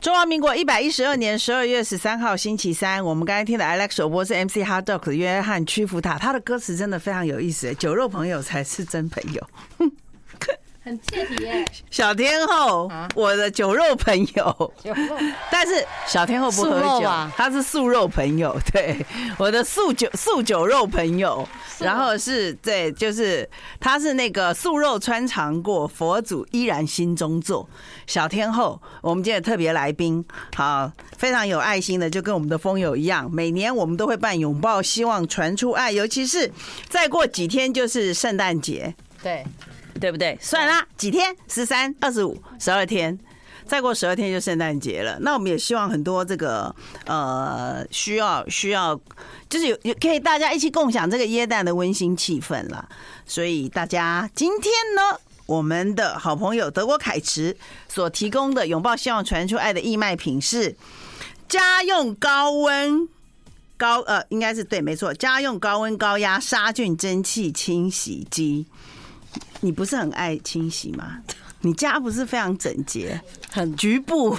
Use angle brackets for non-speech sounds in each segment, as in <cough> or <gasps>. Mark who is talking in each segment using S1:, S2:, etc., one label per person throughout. S1: 中华民国一百一十二年十二月十三号星期三，我们刚才听的 Alex 首播是 MC Hot Dog 的约翰屈服塔，他的歌词真的非常有意思，酒肉朋友才是真朋友。
S2: 很切题耶，
S1: 小天后，我的酒肉朋友，
S2: 有肉
S1: 但是小天后不喝
S3: 素肉
S1: 酒
S3: 吧，
S1: 他是素肉朋友，对，我的素酒素酒肉朋友，
S2: 肉
S1: 然后是对，就是他是那个素肉穿肠过，佛祖依然心中坐。小天后，我们今天的特别来宾，好，非常有爱心的，就跟我们的风友一样，每年我们都会办拥抱希望传出爱，尤其是再过几天就是圣诞节，
S3: 对，
S1: 对不对？算啦，几天？十三、二十五、十二天，再过十二天就圣诞节了。那我们也希望很多这个呃，需要需要，就是有有可以大家一起共享这个耶诞的温馨气氛啦。所以大家今天呢，我们的好朋友德国凯驰所提供的拥抱希望传出爱的义卖品是家用高温。高呃，应该是对，没错，家用高温高压杀菌蒸汽清洗机。你不是很爱清洗吗？ <laughs> 你家不是非常整洁，
S3: 很
S1: 局部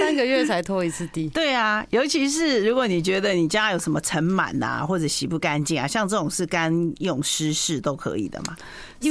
S3: 三个月才拖一次地，
S1: 对啊，尤其是如果你觉得你家有什么尘螨啊，或者洗不干净啊，像这种是干用湿式都可以的嘛。
S3: 因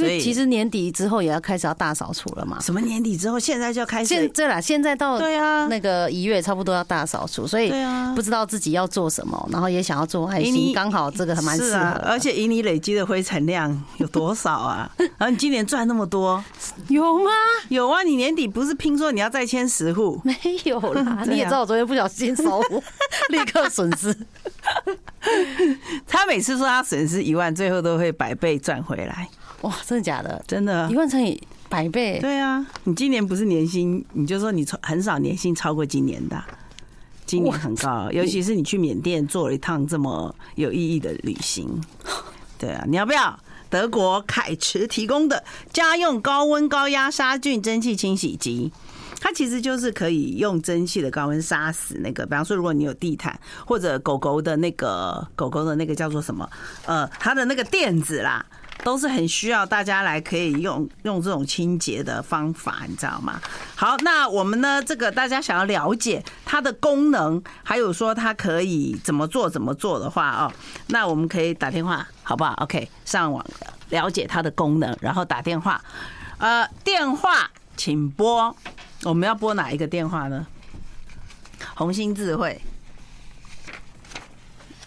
S1: <laughs> 所
S3: 为
S1: 以
S3: 其实年底之后也要开始要大扫除了嘛。
S1: 什么年底之后，现在就要开
S3: 现
S1: 始，
S3: 对啦，现在到
S1: 对啊，
S3: 那个一月差不多要大扫除，所以
S1: 对啊
S3: 不知道自己要做什么，然后也想要做爱
S1: 诶你
S3: 心，刚好这个还蛮适
S1: 是
S3: 合
S1: 啊
S3: 的。，
S1: 而且以你累积的灰尘量有多少
S3: <laughs>
S1: 啊？然后你今年赚那么多，
S3: 有
S1: <laughs>
S3: 吗？
S1: 有啊，你年底不是拼说你要再签十户？
S3: 没有啦，
S1: 嗯
S3: 你
S1: <laughs> 对
S3: 也
S1: 啊
S3: 知道我昨天不小心扫我，立刻损
S1: <laughs>
S3: 失。
S1: 他每次说他损失一万，最后都会百倍赚回来，
S3: 哇，真的假的？
S1: 真的啊。
S3: 一万乘以百倍，
S1: 对啊，你今年不是年薪，你就说你从很少年薪超过今年的啊、今年很高，尤其是你去缅甸做了一趟这么有意义的旅行。对啊，你要不要德国凯驰提供的家用高温高压杀菌蒸汽清洗机？它其实就是可以用蒸汽的高温杀死那个，比方说，如果你有地毯或者狗狗的那个狗狗的那个叫做什么，呃，它的那个垫子啦，都是很需要大家来可以用用这种清洁的方法，你知道吗？好，那我们呢，这个大家想要了解它的功能，还有说它可以怎么做怎么做的话哦，那我们可以打电话，好不好？OK，上网了解它的功能，然后打电话，呃，电话请拨，我们要拨哪一个电话呢？红星智慧，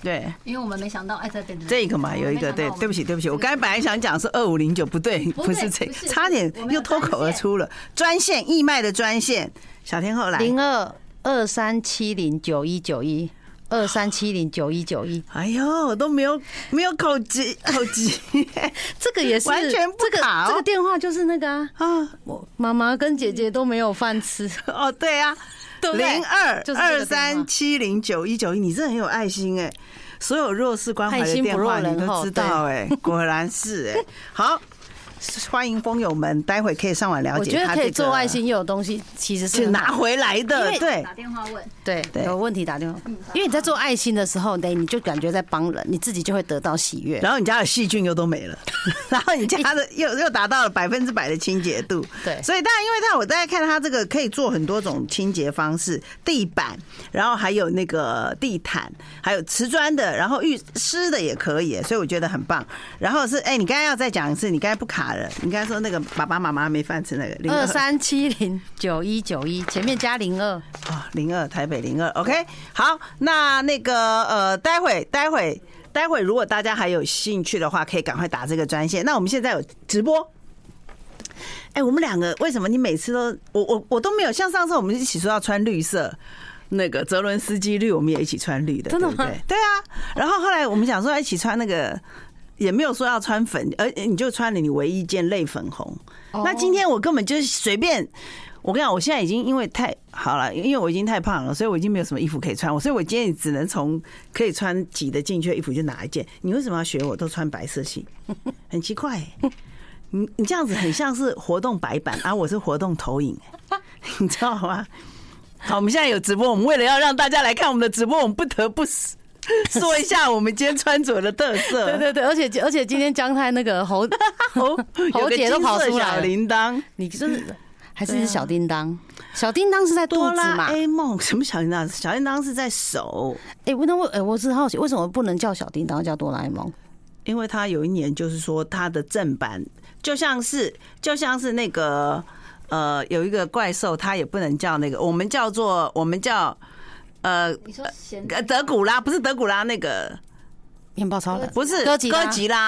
S1: 对。
S2: 因为我们没想到爱在等着
S1: 这个嘛，有一个对，对不起，对不起，我刚才本来想讲是二五零九，不对，
S2: 不对
S1: 不是这
S2: 不，是
S1: 差点
S2: 我们有
S1: 又脱口而出了。专线义卖的专线，小天后来，
S3: 零二二三七零九一九一二三七零九一九一，
S1: 哎呦，都没有没有口急口急
S3: 这个也是
S1: 完全不
S3: 这个
S1: 卡哦
S3: 这个电话就是那个啊，
S1: <laughs> 啊！
S3: 我妈妈跟姐姐都没有饭吃，
S1: <laughs> 哦，对啊，
S3: 对不对
S1: 零二
S3: 就是这
S1: 二
S3: 个电话
S1: 三七零九一九一，你真的很有爱心哎、所有弱势关怀
S3: 爱
S1: 的
S3: 心
S1: 电
S3: 不弱
S1: 话你
S3: 人
S1: 都
S3: 后
S1: 知道哎、 <laughs> 果然是哎、好，欢迎风友们，待会可以上网了
S3: 我
S1: 解。
S3: 觉得可以做爱心，又有东西，其实
S1: 是
S3: 是
S1: 拿回来的，
S3: 因为
S1: 对
S2: 打电话问，
S3: 对
S1: 对
S3: 有问题打电话，因为你在做爱心的时候，对，你就感觉在帮人，你自己就会得到喜悦。
S1: 然后你家的细菌又都没了，然后你家的 <laughs> 又又达到了百分之百的清洁度。
S3: 对
S1: 所以当然，因为它我大概看它这个可以做很多种清洁方式，地板，然后还有那个地毯，还有瓷砖的，然后浴湿的也可以，所以我觉得很棒。然后是哎、你刚才要再讲一次，你刚才不卡了，你刚才说那个爸爸妈妈没饭吃那个零 <laughs>
S3: 二三七零九一九一，前面加零二，
S1: 啊，零二台北零二，OK，好，那那个呃，待会待会待会，如果大家还有兴趣的话，可以赶快打这个专线。那我们现在有直播。哎、我们两个为什么你每次都我我我都没有像上次我们一起说要穿绿色，那个泽伦斯基绿，我们也一起穿绿的，
S3: 真的
S1: 对不
S3: 吗
S1: 对？对啊，然后后来我们想说要一起穿那个。也没有说要穿粉，而你就穿了你唯一一件类粉红。
S3: 哦
S1: 那今天我根本就是随便，我跟你讲，我现在已经因为太好了，因为我已经太胖了，所以我已经没有什么衣服可以穿，我所以我今天只能从可以穿挤得进去的衣服就拿一件。你为什么要学我都穿白色
S3: <laughs>
S1: 系？很奇怪、欸，你你这样子很像是活动白板，而、啊、我是活动投
S3: <laughs>
S1: 影、欸你知道吗？好，我们现在有直播，我们为了要让大家来看我们的直播，我们不得不
S3: <laughs>
S1: 说一下我们今天穿着的特色。 <laughs>
S3: 对对对，而且而且今天姜太那个 <laughs> 猴，
S1: 猴
S3: 猴姐都跑出来了
S1: 小铃铛，
S3: 啊你就是还是小叮当，小叮当是在肚
S1: 哆
S3: 子嘛
S1: 啦？A 梦 <laughs> 什么小叮当？小叮当是在手，
S3: 哎，那我哎，我只好奇为什么不能叫小叮当，叫哆啦 A 梦？
S1: 因为他有一年就是说他的正版就像是就像是那个呃有一个怪兽，他也不能叫那个，我们叫做我们叫呃
S2: 你说咸
S1: 呃德古拉，不是德古拉那个
S3: 面包超人
S1: 不是
S3: <laughs> 哥吉拉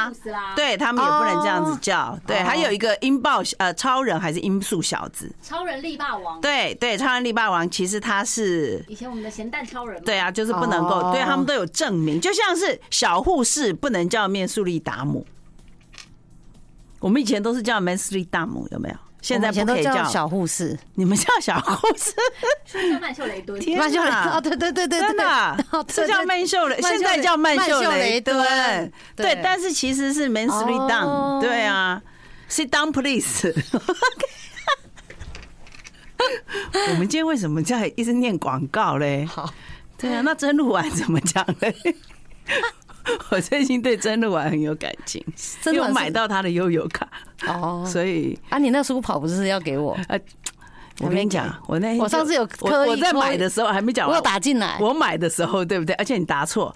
S1: 拉
S2: 吐。司啦，，
S1: 啊对他们也不能这样子
S3: 哦
S1: 叫，对，还有一个音爆小呃超人还是音速小子，
S2: 超人力霸王，
S1: 对对，超人力霸王其实他是
S2: 以前我们的咸蛋超人嘛，
S1: 对啊，就是不能够、
S3: 哦
S1: 对他们都有证明，就像是小护士不能叫面素利达姆，我们以前都是叫面素利达姆，有没有？现在
S3: 我们以前
S1: 不
S3: 都
S1: 可以
S3: 叫小护士，
S1: 你们叫小护士，
S2: 是曼秀雷敦，
S1: 天
S3: 曼秀雷
S1: 哪
S3: <laughs> 哦，对对 <laughs> 对对，
S1: 真的
S3: <laughs>
S1: 啊
S3: 哦对
S1: 是叫
S3: 对
S1: 曼秀雷，
S3: 曼秀雷
S1: 现在叫曼秀雷
S3: 曼秀雷
S1: 敦
S3: 敦，
S1: 对
S3: 对，
S1: 但是其实是 man three
S3: 哦
S1: down，对啊，sit down please。我们今天为什么在一直念广告嘞？
S3: 好，
S1: 对啊，那真鹿丸怎么讲嘞？ <laughs> 我最近对真鹿丸很有感情，<laughs>
S3: 真
S1: 因
S3: 的
S1: 为我
S3: 是
S1: 买到他的悠游卡， <laughs>
S3: 哦
S1: 所以呃
S3: 啊，你那书跑不是要
S1: <laughs>
S3: 给我？
S1: 我跟你讲，我那天
S3: 我
S1: 就
S3: 上次有
S1: 我
S3: 刻意
S1: 我在
S3: 抠
S1: 买的时候还没讲
S3: 我
S1: 完，
S3: 有打进来。
S1: 我买的时候对不对？而且你答错，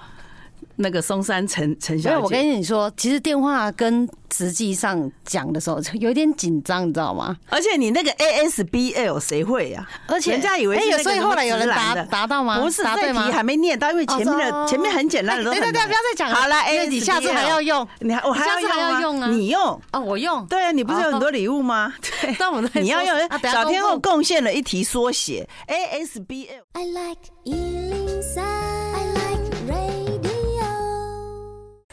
S1: 那个松山陈陈
S3: 没
S1: 小
S3: 有，
S1: 姐，
S3: 我跟你说，其实电话跟实际上讲的时候有一点紧张，你知道吗？
S1: 而且你那个 ASBL 谁会呀、
S3: 而且
S1: 人家以为是
S3: 哎
S1: 那个
S3: 所以后来有人
S1: 什么直
S3: 答
S1: 男的
S3: 答到吗？
S1: 不是
S3: 答
S1: 这
S3: 对
S1: 题
S3: 吗？
S1: 还没念到，因为前面的、
S3: 哦
S1: 前面很简单的都
S3: 哎
S1: 很
S3: 等
S1: 难。
S3: 一下不要再讲了
S1: 好了，
S3: 因为你下次
S1: ASBL
S3: 还要用
S1: 你还我还要
S3: 你下次还要用
S1: 啊，
S3: 啊
S1: 你用。
S3: 哦，我用哦
S1: 对啊，你不是有很多礼物吗？ <laughs> 对，
S3: 那我再说
S1: 你要用
S3: 啊等。下
S1: 小天后
S3: 公布
S1: 贡献了一题缩写 ASBL。
S4: I like Ealing Sound. I like radio.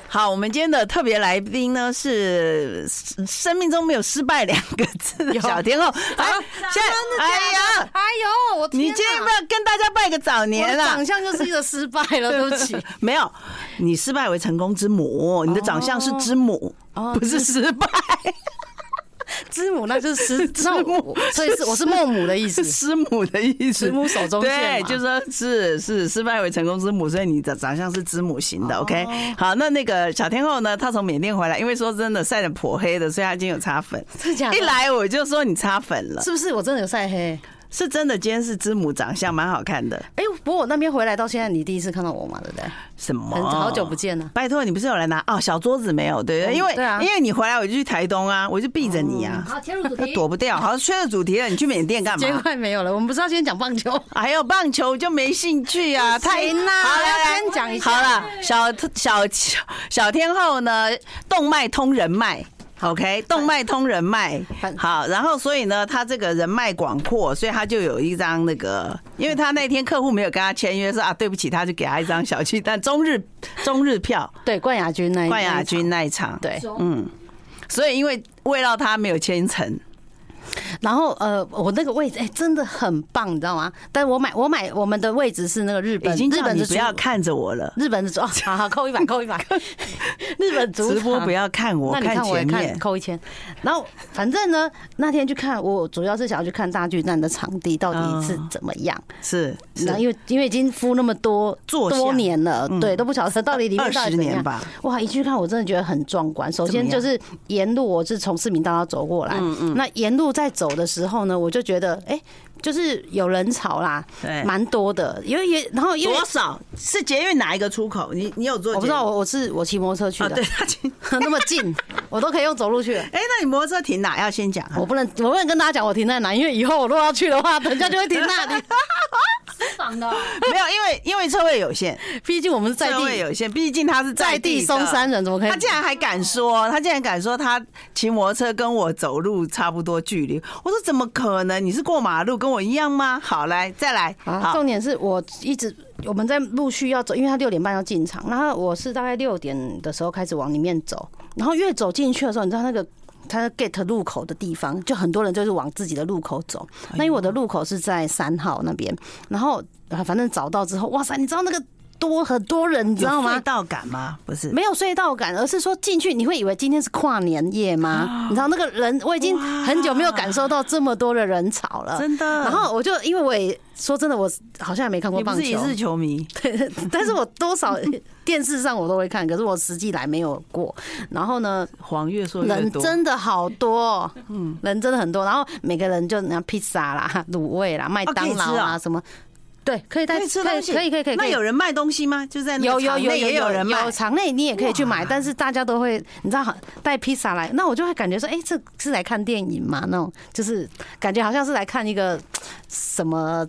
S1: 好，我们今天的特别来宾呢是生生命中没有失败两个字的小天后。
S3: 啊
S1: 哎，现在哎呀，
S3: 哎呦，我
S1: 你
S3: 天
S1: 今天要
S3: 哪
S1: 不要跟大家拜个早
S3: 我
S1: 年
S3: 的
S1: 啊
S3: 长？相就是一个失败
S1: <laughs>
S3: 了，对不起。
S1: 没有，你失败为成功之母，你的长相是之母，
S3: 哦
S1: 不是失败。
S3: 之母那就是 <laughs> 失
S1: 之
S3: 之
S1: 母
S3: 母，所以是我是孟母的意思
S1: 是。师母的意思，
S3: 慈母手中线
S1: 对，
S3: 嘛
S1: 就说是是失败为成功之母，所以你的长相是之母型的。OK，好，那那个小天后呢，她从缅甸回来，因为说真的晒得颇黑的，所以她今天有擦粉。
S3: 真的假的
S1: 一来我就说你擦粉了，
S3: 是不是我真的有晒黑？
S1: 是真的，今天是之母长相，蛮好看的。
S3: 哎、不过我那边回来到现在，你第一次看到我嘛，对不对？
S1: 什么？
S3: 很好久不见了
S1: 拜托，你不是有来拿哦？小桌子没有，对不对？
S3: 嗯
S1: 因为
S3: 对啊
S1: 因为你回来，我就去台东啊，我就避着你啊。
S2: 好，切入主题，
S1: 躲不掉。好，缺了主题了，你去缅甸干
S3: 今天
S1: 嘛？
S3: 快没有了，我们不是要先讲
S1: <laughs>
S3: 棒球？
S1: 还有棒球我就没兴趣啊，太
S3: 行啦
S1: 好来来
S3: 先讲一下
S1: 好了，小小小小天后呢，动脉通人脉。OK，动脉通人脉
S3: 反，
S1: 好，然后所以呢，他这个人脉广阔，所以他就有一张那个，因为他那天客户没有跟他签约，说啊对不起，他就给他一张小气但中日中日票
S3: 对，冠亚军那一
S1: 冠亚军，那一场，
S3: 对。
S2: 熊
S1: 所以因为为了他没有签成，
S3: 然后呃，我那个位置哎、真的很棒，你知道吗？但我买我买我们的位置是那个日本，
S1: 已经
S3: 日
S1: 叫
S3: 本
S1: 你
S3: 的
S1: 不
S3: 主
S1: 要看着我了。
S3: 日本的主哦， <laughs> 好好扣
S1: <laughs>
S3: 一百，扣一百。日本主
S1: 直播
S3: 场
S1: 不要看我，
S3: 那你看我也
S1: 前
S3: 看
S1: 面。
S3: 扣一千，然后反正呢，那天去看我主要是想要去看大巨蛋的场地到
S1: 嗯
S3: 底是怎么样，
S1: 是是
S3: 然后因为因为已经敷那么多
S1: 坐下
S3: 多年了，对，都不晓得到底里面到
S1: 20
S3: 底怎
S1: 年
S3: 样。
S1: 吧，
S3: 哇，一去看我真的觉得很壮观。首先就是沿路我是从市民大道走过来，
S1: 嗯
S3: 那沿路在走的时候呢，我就觉得哎、就是有人潮啦，
S1: 对
S3: 蛮多的，因为也然后因为
S1: 多少是捷运哪一个出口？你你有做？
S3: 我不知道我我是我骑摩托车去
S1: 啊，
S3: 的
S1: 对，， <laughs> 他停。
S3: <laughs> 那么近我都可以用走路去了。
S1: 哎，那你摩托车停哪？要先讲啊。
S3: 我不能，我不能跟大家讲我停在哪，因为以后我如果要去的话，人家就会停那
S1: <laughs>
S3: 里。
S2: 私房的哦，
S1: 没有，因为因为车位有限，
S3: 毕竟我们是在
S1: 车位
S3: 地，
S1: 有限，毕竟他是
S3: 在
S1: 地
S3: 地
S1: 的
S3: 松山。人，怎么可以
S1: 他？竟然还敢说，他竟然敢说他骑摩托车跟我走路差不多距离。我说怎么可能？你是过马路跟我一样吗？好，来再来，
S3: 啊，
S1: 好
S3: 重点是我一直我们在陆续要走，因为他六点半要进场，然后我是大概六点的时候开始往里面走，然后越走进去的时候，你知道那个。他的 get 路口的地方，就很多人就是往自己的路口走。
S1: 哎
S3: 呃那因为我的路口是在三号那边，然后啊，反正找到之后，哇塞，你知道那个多很多人，你知道
S1: 有
S3: 吗
S1: 隧？道感吗？不是，
S3: 没有隧道感，而是说进去你会以为今天是跨年夜
S1: <gasps>
S3: 吗？你知道那个人，我已经很久没有感受到这么多的人潮了。
S1: 真的。
S3: 然后我就因为我也说真的，我好像也没看
S1: 嗯
S3: 过
S1: 你不
S3: 棒
S1: 是一
S3: 球， <laughs>
S1: 日球迷，
S3: 但是我多少电视上我都会看，可是我实际来没有过。然后呢，
S1: 黄越说越
S3: 人
S1: 多，
S3: 真的好多，嗯，人真的很多。然后每个人就拿披萨啦、卤味啦、麦当劳
S1: 可以吃
S3: 啊
S1: 哦
S3: 什么，对，可以带
S1: 可以吃
S3: 可
S1: 东
S3: 以
S1: 西，
S3: 可以可以可以。
S1: 那有人卖东西吗？就在那
S3: 有
S1: 个
S3: 有
S1: 场
S3: 有
S1: 内也
S3: 有
S1: 人卖
S3: 有，场内你也可以去买，但是大家都会，你知道带披萨来，那我就会感觉说，哎、这是来看电影嘛？那种就是感觉好像是来看一个什么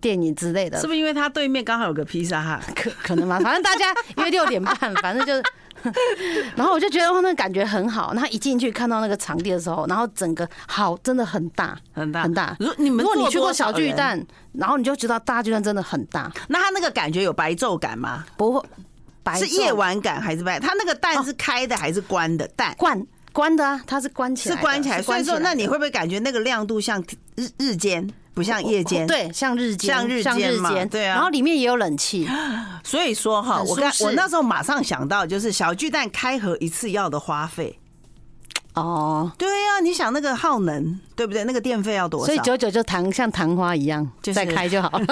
S3: 电影之类的
S1: 是，不是因为他对面刚好有个披萨哈？
S3: 可可能吧，反正大
S1: <laughs>
S3: 家约六点半，反正就是。然后我就觉得哇，那感觉很好。然后一进去看到那个场地的时候，然后整个好真的很大
S1: 很大
S3: 很大。
S1: 如你们
S3: 如果你
S1: 坐
S3: 去过
S1: 多少
S3: 小巨
S1: 人，
S3: 蛋，然后你就知道大巨蛋真的很大，
S1: <laughs> 那他那个感觉有白昼感吗？
S3: 不会白
S1: 是
S3: 昼
S1: 夜晚感还是白？他那个蛋是开的还是关的蛋？
S3: 关关的啊，它是关起
S1: 是
S3: 来的，
S1: 关起来，所以说
S3: 的
S1: 那你会不会感觉那个亮度像日日间，不像夜间？，
S3: 对，像日间，
S1: 像日
S3: 像
S1: 间
S3: 日
S1: 嘛
S3: 间，
S1: 对啊
S3: 然后里面也有冷气，
S1: <gasps> 所以说哈，
S3: 很
S1: 我
S3: 舒
S1: 刚
S3: 适
S1: 我那时候马上想到，就是小巨蛋开盒一次要的花费。
S3: 哦，
S1: 对呀、你想那个耗能，对不对？那个电费要多少？
S3: 所以久久就昙像昙花一样，
S1: 就是
S3: 再开就好
S1: <laughs>
S3: 了。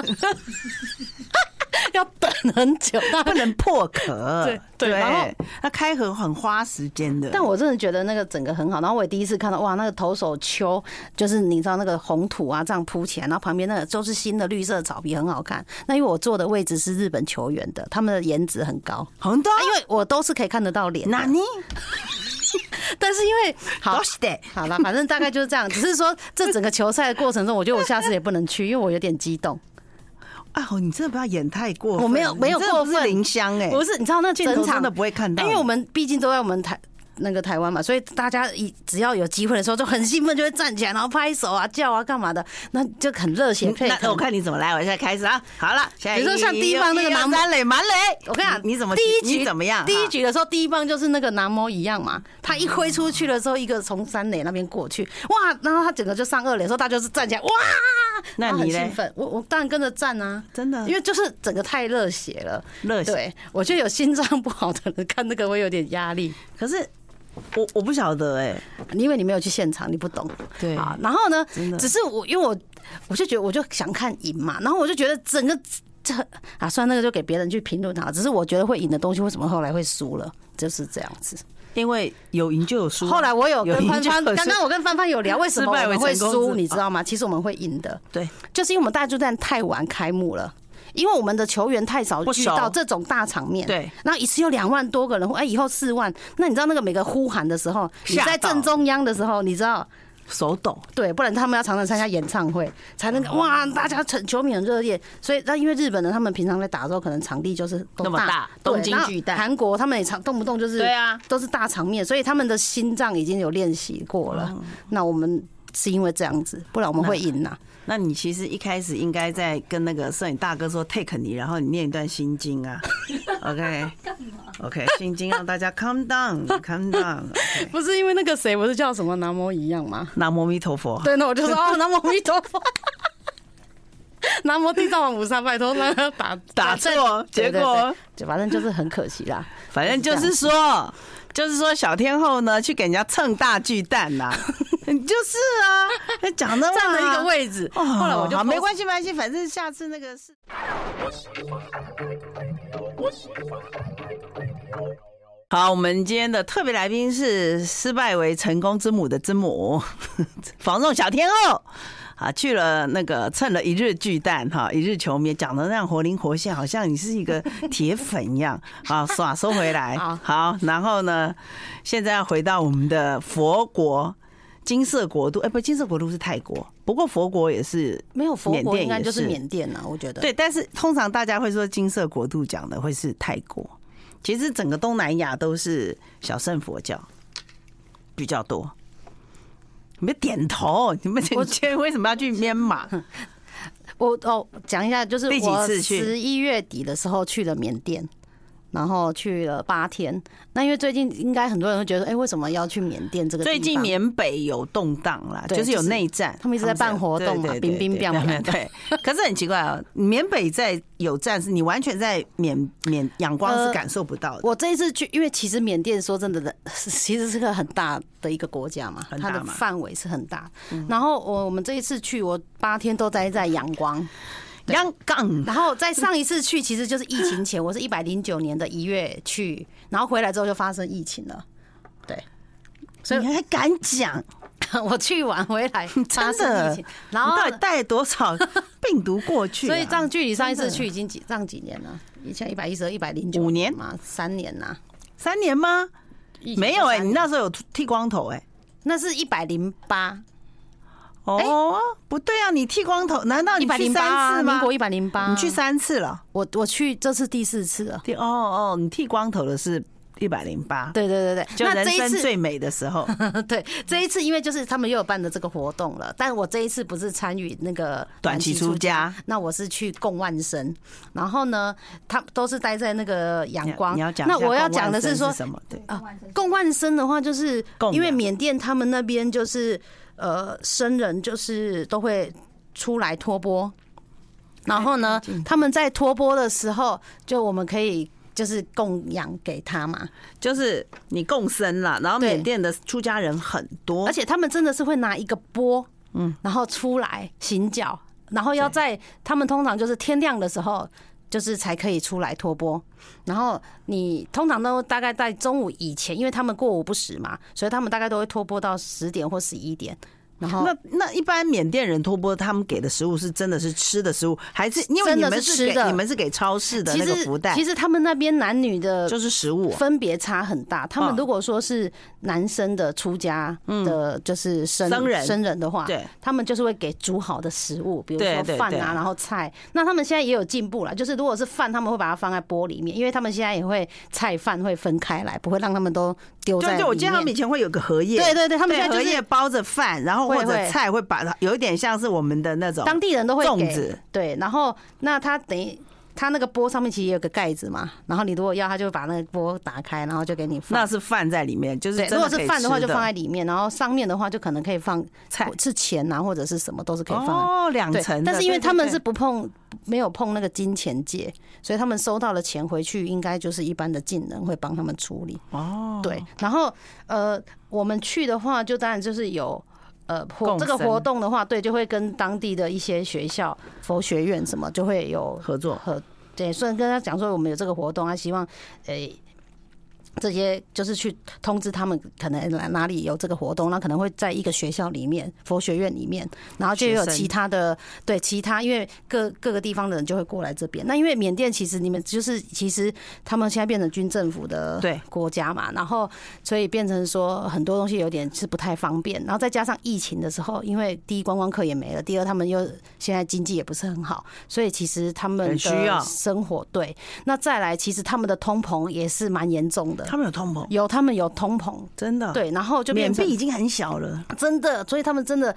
S3: 要等很久，
S1: 不能破壳。 <laughs>
S3: 对对然后
S1: 它开盒很花时间的。
S3: 但我真的觉得那个整个很好，然后我也第一次看到哇，那个投手丘就是你知道那个红土啊这样铺起来，然后旁边那个都是新的绿色草皮，很好看。那因为我坐的位置是日本球员的，他们的颜值很高，
S1: 红豆
S3: 啊，因为我都是可以看得到脸的。
S1: 哪里？
S3: 但是因为好
S1: 都。是的。
S3: 好了，反正大概就是这样。只是说，这整个球赛的过程中，我觉得我下次也不能去，因为我有点激动。
S1: 啊，你真的不要演太过分。
S3: 我没有没有
S1: 你真的不
S3: 过
S1: 是
S3: 分
S1: 林香哎，
S3: 不是，你知道那
S1: 镜
S3: 整
S1: 头
S3: 场
S1: 真的不会看到，
S3: 因为我们毕竟都在我们台那个台湾嘛，所以大家一只要有机会的时候就很兴奋，就会站起来，然后拍手啊、叫啊、干嘛的，那就很热血沸
S1: 嗯那
S3: 腾。
S1: 我看你怎么来，我现在开始啊。好了，现在
S3: 比如说像
S1: 一
S3: 第一棒那个
S1: 一二
S3: 拿
S1: 三垒满垒，
S3: 我跟你讲，
S1: 你你怎么
S3: 第一
S1: 你
S3: 局
S1: 怎么样？啊
S3: 第一
S1: 哈
S3: 局的时候，第一棒就是那个南摩一样嘛，他一挥出去的时候，一个从三垒那边过去，哇，然后他整个就上二垒的时候，大家就是站起来，哇，
S1: 那
S3: 然后
S1: 你
S3: 很
S1: 嘞
S3: 兴奋，我我当然跟着站啊，
S1: 真的
S3: 因为就是整个太热血了。
S1: 热血，
S3: 对，我觉得有心脏不好的人看那个会有点压力。
S1: 可是我我不晓得哎，
S3: 因为你没有去现场，你不懂
S1: 对
S3: 啊。然后呢
S1: 真的，
S3: 只是我因为我我就觉得我就想看赢嘛，然后我就觉得整个这啊，算了那个就给别人去评论它。只是我觉得会赢的东西，为什么后来会输了？就是这样子。
S1: 因为有赢就有输。
S3: 后来我有
S1: 啊有
S3: 跟
S1: 赢
S3: 帆
S1: 就
S3: 帆，
S1: 有输
S3: 刚刚我跟帆帆有聊为什么
S1: 失败
S3: 我
S1: 为
S3: 们会
S1: 成功之啊
S3: 输，你知道吗？其实我们会赢的，
S1: <laughs> 对，
S3: 就是因为我们大巨蛋太晚开幕了。因为我们的球员太少
S1: 不熟
S3: 遇到这种大场面，
S1: 对，
S3: 然后一次有两万多个人，哎，以后四万，那你知道那个每个呼喊的时候，你
S1: 吓到
S3: 在正中央的时候，你知道
S1: 手抖，
S3: 对，不然他们要常常参加演唱会，才能哇，大家成球迷很热烈。所以，那因为日本人他们平常在打的时候，可能场地就是都
S1: 那么大
S3: 对
S1: 东京
S3: 然后
S1: 巨蛋
S3: 韩国他们也常动不动就是
S1: 对啊，
S3: 都是大场面，所以他们的心脏已经有练习过了。那我们是因为这样子，不然我们会赢呐。
S1: 那你其实一开始应该在跟那个摄影大哥说 take 你，然后你念一段心经
S3: <laughs>
S1: 啊。OK OK，心经让大家 calm down，calm down。
S3: <laughs> <laughs> 不是因为那个谁不是叫什么南摩一样吗？
S1: 南无阿弥陀佛。
S3: 对，那我就说哦，南无阿弥陀佛。 <laughs> 南无地藏王菩萨，拜托，让他打
S1: 打错
S3: 对
S1: 结
S3: 对
S1: 果
S3: 对就反正就是很可惜啦。
S1: 反正就是说，就是说小天后呢去给人家蹭大巨蛋
S3: <laughs>
S1: 呐、你就是啊，讲 <laughs> 的
S3: 站
S1: 嘛
S3: 的一个。位置，
S1: 哦，
S3: 后来我就
S1: 好没
S3: 系。
S1: 关系，没关系，反正下次那个是。好，我们今天的特别来宾是失败为成功之母的之母， <laughs> 防仲小天后啊，去了那个蹭了一日巨蛋哈，一日球迷讲的那样活灵活现，好像你是一个铁粉一样。好，耍收回来，
S3: <laughs> 好
S1: 好，然后呢，现在要回到我们的佛国金色国度，哎、不，金色国度是泰国，不过佛国也是
S3: 没有佛
S1: 缅
S3: 国
S1: 甸
S3: 应该
S1: 也
S3: 就是
S1: 是
S3: 缅甸呐、啊我觉得。
S1: 对，但是通常大家会说金色国度讲的会是泰国，其实整个东南亚都是小圣佛教比较多。你们点头，你们我觉得为什么要去缅马？
S3: 我哦，讲一下，就是
S1: 第几
S3: 我
S1: 次去
S3: 十一月底的时候去了缅甸，然后去了八天。那因为最近应该很多人会觉得，哎、为什么要去缅甸这个地
S1: 最
S3: 方？
S1: 近缅北有动荡啦，
S3: 对
S1: 就是有
S3: 就是
S1: 内战，
S3: 他们一直在办活动嘛
S1: 对对对
S3: 冰冰
S1: 对
S3: 冰冰
S1: 对。
S3: <laughs>
S1: 可是很奇怪啊，缅北在有战事，你完全在缅缅仰光是
S3: 呃
S1: 感受不到的。
S3: 我这一次去，因为其实缅甸说真的 <laughs> 的，其实是个很大的一个国家嘛，
S1: 很大
S3: 它的
S1: 嘛嗯
S3: 范围是很大。然后我我们这一次去，我八天都待在仰光。
S1: 央杠
S3: 然后再上一次去，其实就是疫情前，我是一百零九年的一月去，然后回来之后就发生疫情了。 <laughs> 对，所以
S1: 你还敢讲？
S3: 我去完回来发
S1: <laughs> 真
S3: 生
S1: 的，
S3: 疫
S1: 你
S3: 情，然后
S1: 到底带了多少病毒过去啊？
S3: 所以这样距离上一次去已经几这样几年了，以前一百一十二、一百零九
S1: 五年
S3: 嘛，三年呐、
S1: 三年吗？
S3: 疫情
S1: 没有哎、
S3: 三
S1: 你
S3: 年
S1: 那时候有剃光头哎、
S3: 那是一百零八，
S1: 哦，不对啊，你剃光头，难道
S3: 一
S1: 你
S3: 百
S1: 去
S3: 零
S1: 三
S3: 八，
S1: 次
S3: 民
S1: 吗？
S3: 国一嗯百零八，
S1: 你去？三次了？
S3: 我我去这次第四次了。
S1: 剃哦哦，你剃光头的是一百零八，
S3: 对对 <laughs> 对对，
S1: 就
S3: 那
S1: 人
S3: 这一
S1: 生
S3: 次
S1: 最美的时候。
S3: <laughs> 对，这一次因为就是他们又有办的这个活动了，但我这一次不是参与那个
S1: 短期出家，
S3: 那我是去供万生，然后呢，他都是待在那个 <laughs> 阳光。
S1: 你要讲一
S3: 那
S1: 下
S3: 我要
S1: 共万
S3: 讲的是
S1: 生
S3: 说，
S1: 什么？对，
S3: 啊，供万生的话，就是
S1: 供养
S3: 因为缅甸他们那边就是呃，僧人就是都会出来托钵，然后呢，
S1: 哎
S3: 他们在托钵的时候，就我们可以就是供养给他嘛，
S1: <laughs> 就是你共生啦，然后
S3: 对
S1: 缅甸的出家人很多，
S3: 而且他们真的是会拿一个钵，嗯，然后出来行脚，然后要在他们通常就是天亮的时候，就是才可以出来托钵。然后你通常都大概在中午以前，因为他们过午不食嘛，所以他们大概都会托钵到十点或十一点。然后
S1: 那那一般缅甸人托钵，他们给的食物是真的是吃的食物，还是因为
S3: 真
S1: 你
S3: 的
S1: 们
S3: 是
S1: 给
S3: 吃的
S1: 你们是给超市的
S3: 其
S1: 那个
S3: 实
S1: 福袋
S3: 其，实他们那边男女的
S1: 就是食物啊。
S3: 分别差很大。他们如果说是男生的出家的，就是僧
S1: 僧人
S3: 僧嗯人的话，
S1: 啊对，
S3: 他们就是会给煮好的食物，比如
S1: 对
S3: 说
S1: 对
S3: 饭
S1: 对
S3: 啊，然后菜。那他们现在也有进步了，就是如果是饭，他们会把它放在锅里面，因为他们现在也会菜饭会分开来，不会让他们都丢在
S1: 对
S3: 里
S1: 对，我记得他们以
S3: 面。
S1: 前会有个荷叶，
S3: 对对对他们现在就
S1: 荷
S3: 是
S1: 叶包着饭，然后或
S3: 会会
S1: 者菜会把它，有一点像是我们的那种
S3: 当地人都会
S1: 粽
S3: 给
S1: 子，
S3: 对，然后那他等于。他那个钵上面其实也有个盖子嘛，然后你如果要，他就会把那个钵打开，然后就给你放。
S1: 那是饭在里面，就是
S3: 对，
S1: 真
S3: 如果
S1: 可
S3: 是
S1: 以
S3: 饭的话
S1: 吃
S3: 就放在里面，然后上面的话就可能可以放
S1: 菜
S3: 是钱啊或者是什么都是可以放
S1: 哦，两
S3: 在。对
S1: 层，的，
S3: 但是因为
S1: 对
S3: 他们
S1: 对
S3: 是
S1: 对
S3: 不碰，没有碰那个金钱界，所以他们收到的钱回去，应该就是一般的技能会帮他们处理。
S1: 哦，
S3: 对，然后呃，我们去的话，就当然就是有呃活
S1: 共
S3: 这个
S1: 生
S3: 活动的话，对，就会跟当地的一些学校、佛学院什么，就会有
S1: 合作
S3: 合对，虽然跟他讲说我们有这个活动，他希望诶、这些就是去通知他们可能哪哪里有这个活动，那可能会在一个学校里面、佛学院里面，然后就有
S1: 学生
S3: 其他的对其他，因为各各个地方的人就会过来这边。那因为缅甸其实你们就是其实他们现在变成军政府的
S1: 对
S3: 国家嘛，然后所以变成说很多东西有点是不太方便，然后再加上疫情的时候，因为第一观光客也没了，第二他们又现在经济也不是很好，所以其实他们
S1: 很需要
S3: 的生活对，那再来其实他们的通膨也是蛮严重的，
S1: 他们有嗯通膨，
S3: 有他们有通膨，
S1: 真的，
S3: 嗯对，然后就变
S1: 缅
S3: 成
S1: 币已经很小了，
S3: 真的，所以他们真的。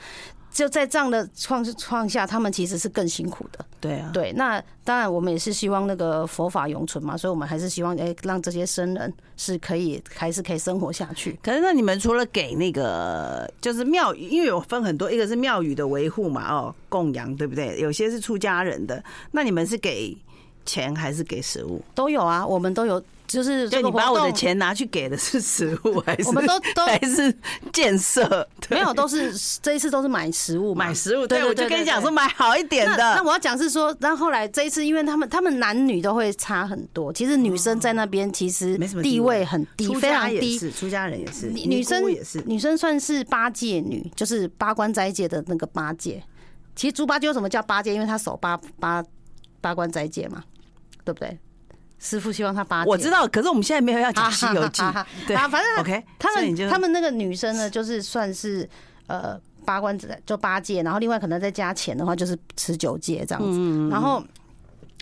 S3: 就在这样的创创下，他们其实是更辛苦的。
S1: 对啊，
S3: 对，那当然我们也是希望那个佛法永存嘛，所以我们还是希望哎、让这些僧人是可以还是可以生活下去。
S1: 可是那你们除了给那个就是庙宇，因为有分很多，一个是庙宇的维护嘛，哦，供养对不对？有些是出家人的，那你们是给钱还是给食物？
S3: 都有啊，我们都有，就是
S1: 就
S3: 这个
S1: 你
S3: 活
S1: 把我的
S3: 动
S1: 钱拿去给的是食物还是？
S3: <laughs> 我们都
S1: <laughs>
S3: 都
S1: 还是建设，对
S3: 没有，都是这一次都是买食物嘛，
S1: 买食物。对，
S3: 对对
S1: 我就
S3: 对
S1: 跟你
S3: 对
S1: 讲
S3: 对
S1: 说买好一点
S3: 那那
S1: 的。
S3: 我要讲是说，但后来这一次，因为他们他们男女都会差很多，其实女生在那边其实
S1: 没什么
S3: 地位很低，
S1: 出
S3: 非
S1: 家
S3: 常
S1: 也
S3: 低。
S1: 是，出家人也是，
S3: 女女生
S1: 尼姑也是，
S3: 女生算是八戒女，就是八关斋戒的那个八戒。其实猪八戒为什么叫八戒？因为他守八八八关斋戒嘛，对不对？师傅希望他八戒。
S1: 我知道。可是我们现在没有要
S3: 啊
S1: 讲《西游记
S3: <laughs> 哈哈哈》哈，
S1: 对
S3: 啊反正
S1: ，OK，
S3: 他
S1: 所以
S3: 们
S1: 你就
S3: 他们那个女生呢，就是算是呃八关子就八戒，然后另外可能再加钱的话，就是持九戒这样子，
S1: 嗯
S3: 然后。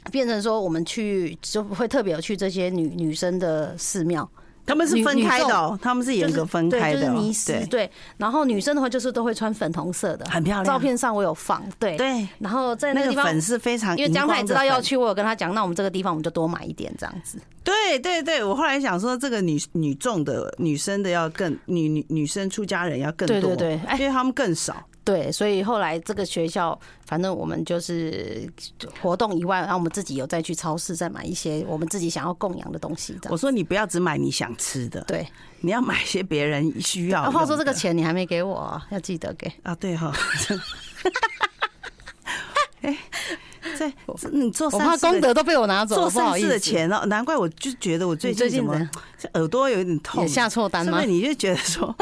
S3: 变成说，我们去就会特别有去这些女女生的寺庙，
S1: 他们是
S3: 女
S1: 分
S3: 女
S1: 开的
S3: 众
S1: 哦，他们是
S3: 就
S1: 严
S3: 是
S1: 格分开
S3: 对，
S1: 的
S3: 就
S1: 哦，
S3: 是泥石
S1: 对
S3: 对。然后女生的话就是都会穿粉红色的，
S1: 很漂亮
S3: 照片上我有放，对。
S1: 对，
S3: 然后在那
S1: 那
S3: 个地
S1: 个
S3: 方，
S1: 粉是非常
S3: 因为
S1: 荧
S3: 江太
S1: 光
S3: 知
S1: 的
S3: 道要
S1: 粉
S3: 去，我有跟他讲，那我们这个地方我们就多买一点这样子。
S1: 对对对，我后来想说，这个女女众的女生的要更女女女生出家人要更多，
S3: 对对对哎
S1: 因为他们更少，
S3: 对，所以后来这个学校，反正我们就是活动以外，然后我们自己有再去超市再买一些我们自己想要供养的东西。这
S1: 我
S3: 样
S1: 说你不要只买你想吃的，
S3: 对。
S1: 你要买些别人需要
S3: 啊
S1: 用的。
S3: 话说这个钱你还没给我啊，要记得给。
S1: 啊，对
S3: <laughs>
S1: 哈。 <laughs> 哎，这这你做
S3: 我
S1: 善
S3: 怕
S1: 事的
S3: 功德都被我拿走
S1: 做
S3: 了，不好
S1: 善
S3: 意
S1: 事
S3: 思。
S1: 的钱哦，难怪我就觉得我最
S3: 你最
S1: 近
S3: 近
S1: 怎么
S3: 怎
S1: 这耳朵有点痛，
S3: 也下错单
S1: 是不
S3: 吗
S1: 是？你就觉得说，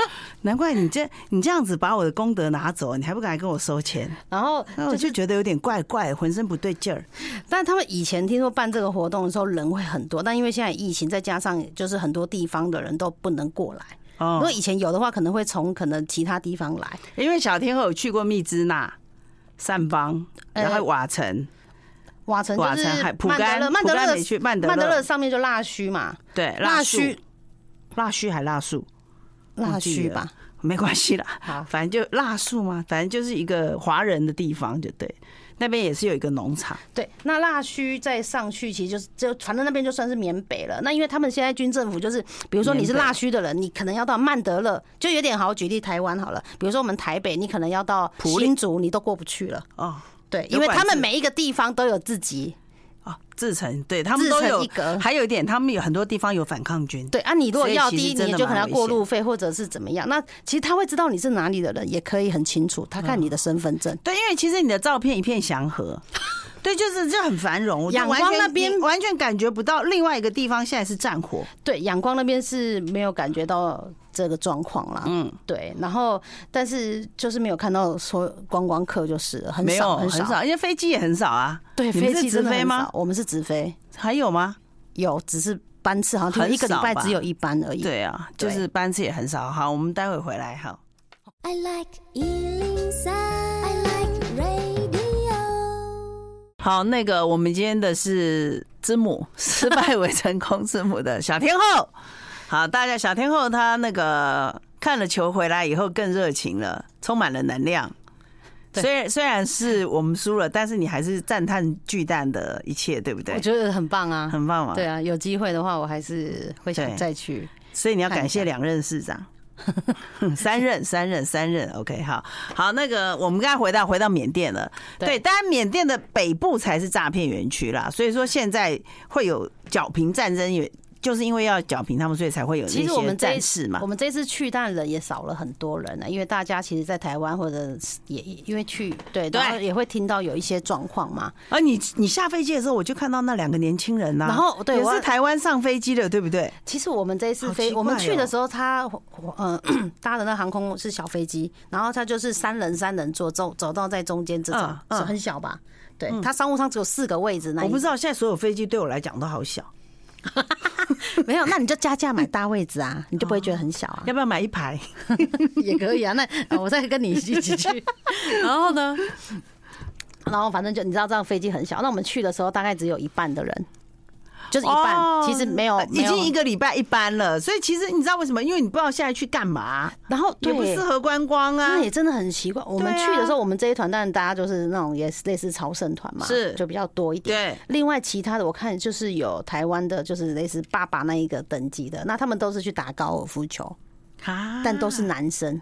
S1: 难怪你这你这样子把我的功德拿走，你还不敢来跟我收钱，
S3: 然后
S1: 那我就觉得有点怪怪，浑身不对劲儿。
S3: 但他们以前听说办这个活动的时候人会很多，但因为现在疫情，再加上就是很多地方的人都不能过来。如
S1: 哦
S3: 果，以前有的话，可能会从可能其他地方来。
S1: 因为小天后有去过密支那、善邦，然后
S3: 呃
S1: 瓦城，
S3: 瓦城就
S1: 瓦城
S3: 是
S1: 还普
S3: 曼德
S1: 甘
S3: 勒，曼
S1: 普
S3: 德
S1: 甘
S3: 勒
S1: 没去曼德
S3: 曼德
S1: 勒
S3: 勒上面就腊须嘛，
S1: 对，
S3: 腊
S1: 树
S3: 须、
S1: 腊须还腊树，
S3: 腊须
S1: 忘
S3: 吧。
S1: 没关系啦，
S3: <laughs> 好
S1: 反正就腊树嘛，反正就是一个华人的地方，就对。那边也是有一个农场，
S3: 对，那腊须再上去，其实就是就反正那边就算是缅北了。那因为他们现在军政府就是，比如说你是
S1: 缅北
S3: 腊须的人，你可能要到曼德勒，就有点好举例台湾好了。比如说我们台北，你可能要到
S1: 普里
S3: 新竹，你都过不去了。
S1: 哦
S3: 对，
S1: 有
S3: 因为
S1: 管
S3: 他们
S1: 制
S3: 每一个地方都有自己。
S1: 哦，自成，对他们都
S3: 自成
S1: 有
S3: 一格，
S1: 还有一点，他们有很多地方有反抗军，
S3: 对啊，你如果
S1: 所以
S3: 要
S1: 其
S3: 低，
S1: 实真
S3: 你
S1: 的
S3: 就可
S1: 蛮
S3: 能要
S1: 危
S3: 过
S1: 险
S3: 路费或者是怎么样。那其实他会知道你是哪里的人，也可以很清楚，他看你的身份证。
S1: 对，因为其实你的照片一片祥
S3: <laughs>
S1: 和，对，就是就很繁荣，我就
S3: 仰
S1: 完
S3: 光
S1: 全
S3: 那边
S1: 你完全感觉不到另外一个地方现在是战火，
S3: 对，仰光那边是没有感觉到这个状况啦。
S1: 嗯，
S3: 对，然后但是就是没有看到说观光客就是了很
S1: 没
S3: 少
S1: 有很
S3: 少。
S1: 因为飞机也很少啊，
S3: 对，
S1: 你们
S3: 飞
S1: 是
S3: 机
S1: 直
S3: 真的
S1: 飞
S3: 很
S1: 吗
S3: 少？我们是直飞，
S1: 还有吗？
S3: 有只是班次好像
S1: 很
S3: 听说一个
S1: 少
S3: 礼拜
S1: 吧
S3: 只有一班而已。
S1: 对啊，就
S3: 对
S1: 是班次也很少。好，我们待会回来好。
S4: I like Ealing Sound. I like radio.
S1: 好，那个我们今天的是字母 <laughs> 失败为成功字母的小天后。好，大家小天后她那个看了球回来以后更热情了，充满了能量。
S3: 对
S1: 虽然虽然是我们输了，但是你还是赞叹巨蛋的一切，对不对
S3: 我？觉得很棒啊。
S1: 很棒嘛。
S3: 对啊，有机会的话，我还是会
S1: 对
S3: 想再去。
S1: 所以你要
S3: 看一
S1: 感谢
S3: 下
S1: 两任市长， <laughs> 三任、三任、三任。OK，好，好，那个我们刚才回到回到缅甸了，
S3: 对
S1: 对，当然缅甸的北部才是诈骗园区啦，所以说现在会有剿平战争，也就是因为要剿平他们，所以才会有
S3: 其
S1: 那
S3: 实我
S1: 些
S3: 们这一
S1: 战事嘛
S3: 我。们这次去，但人也少了很多人了、因为大家其实，在台湾或者是也也因为去对，
S1: 对
S3: 然后也会听到有一些状况嘛。
S1: 而你你下飞机的时候，我就看到那两个年轻人呐、啊
S3: 然后对
S1: 也
S3: 我
S1: 是台湾上飞机的，对不对？
S3: 其实我们这一次
S1: 好
S3: 飞，
S1: 奇
S3: 我们
S1: 怪
S3: 去
S1: 哦
S3: 的时候他，呃 <coughs> 搭的那航空是小飞机，然后他就是三人三人坐，走走到在中间这种
S1: 嗯，嗯
S3: 是很小吧？对，他商务舱只有四个位置，那
S1: 我不知
S3: 道
S1: 道现在所有飞机对我来讲都好小，
S3: 没有，那你就加价买大位置啊，你就不会觉得很小啊，
S1: 要不要买一排？哦
S3: 也可以啊。那
S1: <laughs>
S3: 啊我再跟你一起去，然后呢？然后反正就你知道，这样飞机很小。那我们去的时候，大概只有一半的人，就是一半，
S1: 哦
S3: 其实没有，
S1: 已经一
S3: 个。
S1: 个礼拜一班了，所以其实你知道为什么？因为你不知道现在去干嘛，
S3: 然后
S1: 也不
S3: 对
S1: 适合观光啊
S3: 那。也真的很奇怪。我们
S1: 对啊
S3: 去的时候，我们这一团当然大家就是那种也是类似朝圣团嘛，
S1: 是
S3: 就比较多一点。
S1: 对，
S3: 另外其他的我看就是有台湾的，就是类似爸爸那一个等级的，那他们都是去打高尔夫球，
S1: 啊
S3: 但都是男生，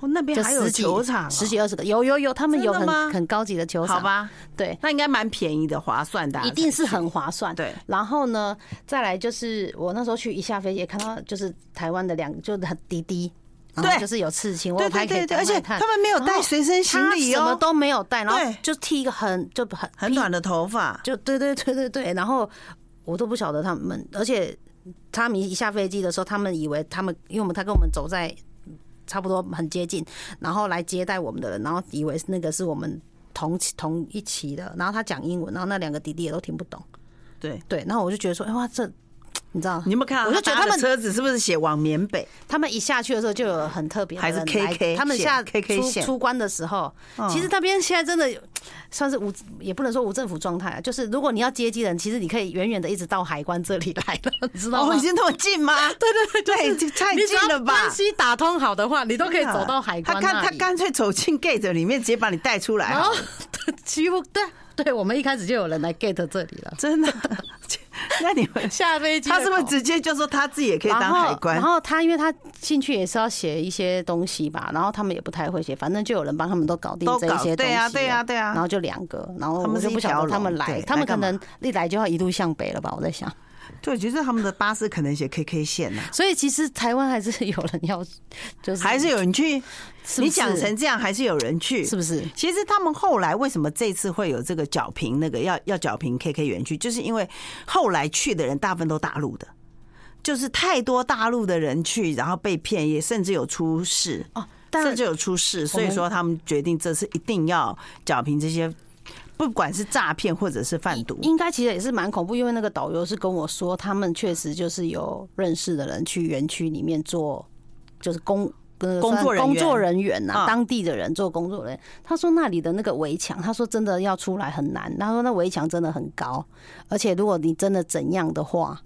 S1: 哦那边
S3: 就
S1: 还有
S3: 十几
S1: 球场哦，
S3: 十几二十个，有有有，他们有
S1: 真的吗
S3: 很很高级的球场，
S1: 好？吧，
S3: 对，
S1: 那应该蛮便宜的，划算的啊，
S3: 一定是很划算。
S1: 对
S3: 然后呢，再来就是我那时候去一下飞机，也看到就是台湾的两就是很滴滴，然后
S1: 对
S3: 就是有刺青，我
S1: 对
S3: 有拍
S1: 对
S3: 给
S1: 对对，而且
S3: 看
S1: 他们没有
S3: 然
S1: 带
S3: 后
S1: 随身行
S3: 他
S1: 李
S3: 什么
S1: 哦，
S3: 都没有带，然后
S1: 对
S3: 就剃一个很就很
S1: 很短，的头发，
S3: 就对对对对对，然后我都不晓得他们，而且他们一下飞机的时候，他们以为他们，因为我们他跟我们走在差不多很接近，然后来接待我们的人，然后以为那个是我们同期同一期的，然后他讲英文，然后那两个弟弟也都听不懂，
S1: 对，
S3: 对，然后我就觉得说，哎哇这。你知道？
S1: 你有没有看到？
S3: 我就觉得他们
S1: 车子是不是写往缅北？
S3: 他们一下去的时候就有很特别的人来，
S1: 还是 KK
S3: 他们下
S1: 线，KK
S3: 出
S1: 线
S3: 出关的时候，
S1: 嗯
S3: 其实那边现在真的算是无，也不能说无政府状态啊，就是如果你要接机人，其实你可以远远的一直到海关这里来了， <laughs> 你知道
S1: 哦，
S3: 吗？
S1: 已经那么近
S3: <laughs>
S1: 吗？对对对，对，太
S3: 你只
S1: 近
S3: 要
S1: 了吧？
S3: 关系打通好的话，你都可以走到海
S1: 他
S3: 关
S1: 干
S3: 那
S1: 他哎
S3: 里哦
S1: 干脆走进 gate 里面，直接把你带出来
S3: 然
S1: 好
S3: 后
S1: 了，
S3: <laughs> 几乎对对，我们一开始就有人来 get 这里了。
S1: <laughs> 真的。那你们
S3: 下飞机的
S1: 他
S3: 口，
S1: 是不是直接就说他自己也可以
S3: 然
S1: 当
S3: 后
S1: 海关
S3: 然？后他因为他进去也是要写一些东西吧，然后他们也不太会写，反正就有人帮他们都搞定
S1: 都
S3: 这
S1: 搞
S3: 一些东西了。
S1: 对啊对啊对啊
S3: 然后就两个，然后
S1: 他们
S3: 我
S1: 是
S3: 就不
S1: 一条
S3: 晓
S1: 龙
S3: 得他们来
S1: 对，
S3: 他们
S1: 来
S3: 可
S1: 干嘛
S3: 能一来就要一路向北了吧？我在想，
S1: 对，就是他们的巴士可能写 KK 线呐、
S3: 所以其实台湾还是有人要，就是
S1: 还是有人去。
S3: 是不
S1: 你
S3: 是
S1: 讲成这样，还是有人去，
S3: 是不是？
S1: 其实他们后来为什么这次会有这个缴平那个要要缴平 KK 园区，就是因为后来去的人大部分都大陆的，就是太多大陆的人去，然后被骗，也甚至有出事
S3: 哦，当然
S1: 甚至有出事，所
S3: 我
S1: 以
S3: 们
S1: 说他们决定这次一定要缴平这些，不管是诈骗或者是贩毒。
S3: 应该其实也是蛮恐怖，因为那个导游是跟我说，他们确实就是有认识的人去园区里面做，就是工。呃
S1: 工作人员
S3: 工作人员呐、
S1: 嗯
S3: 当地的人做工作人员。他说那里的那个围墙，他说真的要出来很难。他说那围墙真的很高，而且如果你真的怎样的话，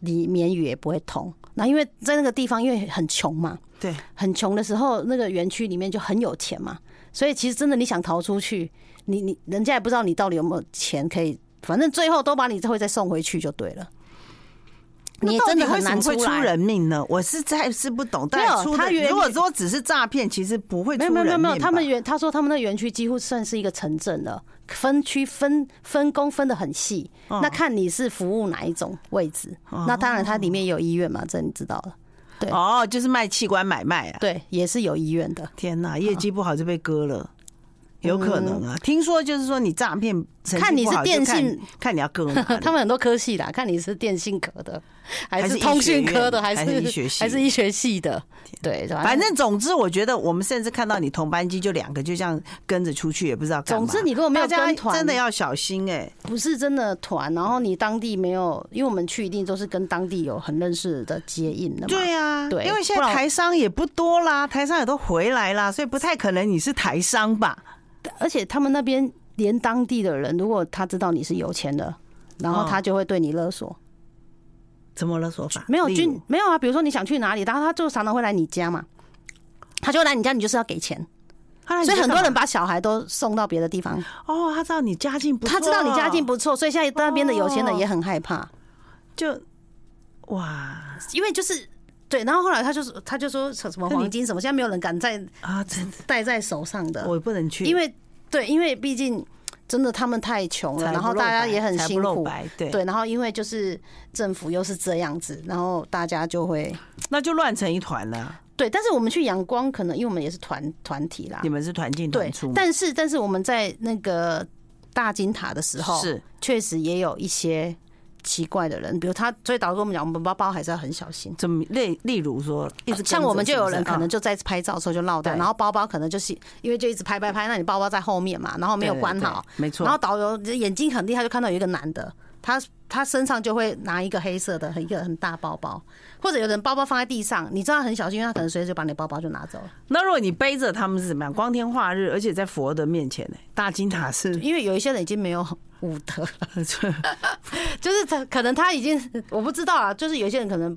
S3: 你免语也不会通。那因为在那个地方，因为很穷嘛，
S1: 对，
S3: 很穷的时候，那个园区里面就很有钱嘛，所以其实真的你想逃出去，你你人家也不知道你到底有没有钱可以，反正最后都把你会再送回去就对了。你也真
S1: 那
S3: 的
S1: 到底为
S3: 很
S1: 什
S3: 难
S1: 么会出
S3: 来。
S1: 人命呢？我是在是不懂，
S3: 没有
S1: 但出
S3: 他
S1: 的
S3: 原
S1: 如果说只是诈骗，其实不会出
S3: 没有
S1: 人命
S3: 没有没有没有，他
S1: 吧
S3: 们园他说他们那个园区几乎算是一个城镇了，分区分分工分的很细，
S1: 哦
S3: 那看你是服务哪一种位置。那当然它里面也有医院嘛，这你知道了。对
S1: 哦，就是卖器官买卖啊。
S3: 对，也是有医院的。
S1: 天呐，业绩不好就被割了。有可能啊，听说就是说你诈骗成绩
S3: 嗯看你是
S1: 不好就
S3: 电
S1: 看
S3: 信，
S1: 看你要割哪里
S3: <laughs> 他们很多科系啦，看你是电信科的，
S1: 还
S3: 还
S1: 是
S3: 是
S1: 医
S3: 通
S1: 学
S3: 讯科
S1: 院
S3: 的，
S1: 还
S3: 还
S1: 是医学系
S3: <laughs> 还是医学系的，对，
S1: 反正总之，我觉得我们甚至看到你同班机就两个就这样跟着出去，也不知道干嘛。
S3: 总之你如果没有
S1: 大家
S3: 跟团
S1: 真的要小心哎。
S3: 不是真的团。然后你当地没有，因为我们去一定都是跟当地有很认识的接应的嘛。
S1: 对啊，
S3: 对
S1: 因为现
S3: 不
S1: 在
S3: 然
S1: 台商也不多啦，台商也都回来啦，所以不太可能你是台商吧？
S3: 而且他们那边连当地的人，如果他知道你是有钱的，然
S1: 哦
S3: 后他就会对你勒索。
S1: 怎么勒索法？
S3: 没有
S1: 例如
S3: 军没有啊，比如说你想去哪里，然后他就常常会来你家嘛。他就来你家，你就是要给钱，
S1: 啊
S3: 所
S1: 你
S3: 以
S1: 在
S3: 很多
S1: 干
S3: 人
S1: 嘛
S3: 把小孩都送到别的地方。
S1: 哦，他知道你家境不错，
S3: 他知道你家境不错，所以现在那边的有钱人也很害怕。
S1: 就哇
S3: 因为就是对，然后后来他就是他就说什么黄金什么，现在没有人敢再
S1: 啊，真的
S3: 戴在手上的，
S1: 我不能去，
S3: 因为对，因为毕竟真的他们太穷了，
S1: 财不
S3: 然后大
S1: 露
S3: 家
S1: 白
S3: 也很
S1: 财不
S3: 辛
S1: 露
S3: 苦，
S1: 白对
S3: 对，然后因为就是政府又是这样子，然后大家就会
S1: 那就乱成一团了。
S3: 对，但是我们去阳光可能因为我们也是团团体啦
S1: 你，们是团进团
S3: 对
S1: 出嘛，，
S3: 但是但是我们在那个大金塔的时候，
S1: 是
S3: 确实也有一些奇怪的人，比如他，所以导游跟我们讲，我们包包还是要很小心。
S1: 怎么例例如说，一直跟着
S3: 啊像我们就有人可能
S1: 是嗯
S3: 就在拍照的时候就落单，
S1: 对
S3: 然后包包可能就是因为就一直拍拍拍，那你包包在后面嘛，然后没有关
S1: 对
S3: 好，
S1: 对对没错
S3: 然后导游眼睛很厉害，就看到有一个男的，他他身上就会拿一个黑色的一个很大包包，或者有人包包放在地上，你知道很小心，因为他可能随时就把你包包就拿走了
S1: 不。是那如果你背着他们是怎么样？光天化日，而且在佛的面前呢、大金塔是
S3: 因为有一些人已经没有武德
S1: <laughs>
S3: 了，就是他可能他已经我不知道啊，就是有一些人可能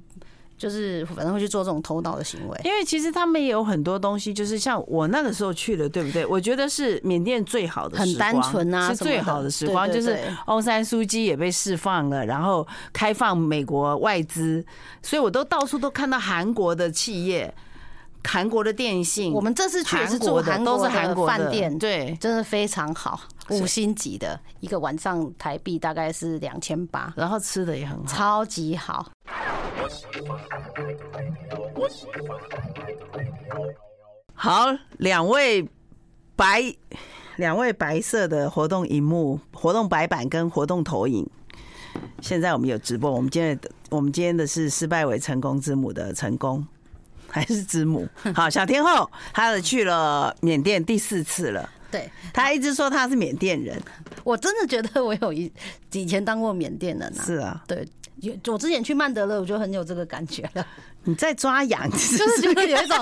S3: 就是反正会去做这种偷盗的行为。
S1: 因为其实他们也有很多东西，就是像我那个时候去的，对不对？我觉得是缅甸最好的时光，
S3: 很单纯啊
S1: 是最好的时光，
S3: 什么
S1: 就
S3: 的对
S1: 是
S3: 对对
S1: 翁山苏姬也被释放了，然后开放美国外资，所以我都到处都看到韩国的企业、韩国的电信，
S3: 我们这次去也是
S1: 韩
S3: 住
S1: 国
S3: 韩
S1: 的
S3: 国
S1: 都是
S3: 的
S1: 韩国的
S3: 饭店，
S1: 对，
S3: 真的非常好，五星级的一个晚上台币大概是两千八，
S1: 然后吃的也很好。
S3: 超级好。
S1: 好，两位白，两位白色的活动荧幕、活动白板跟活动投影。现在我们有直播，我们今天的我们今天的是失败为成功之母的成功，还是之母？好，小天后，她去了缅甸第四次了。
S3: 对
S1: 她一直说她是缅甸人，
S3: 我真的觉得我有以以前当过缅甸人啊，
S1: 是啊，
S3: 对，有我之前去曼德勒，我就很有这个感觉
S1: <laughs>
S3: 了，
S1: 你在抓痒，就
S3: 就是觉得有一种，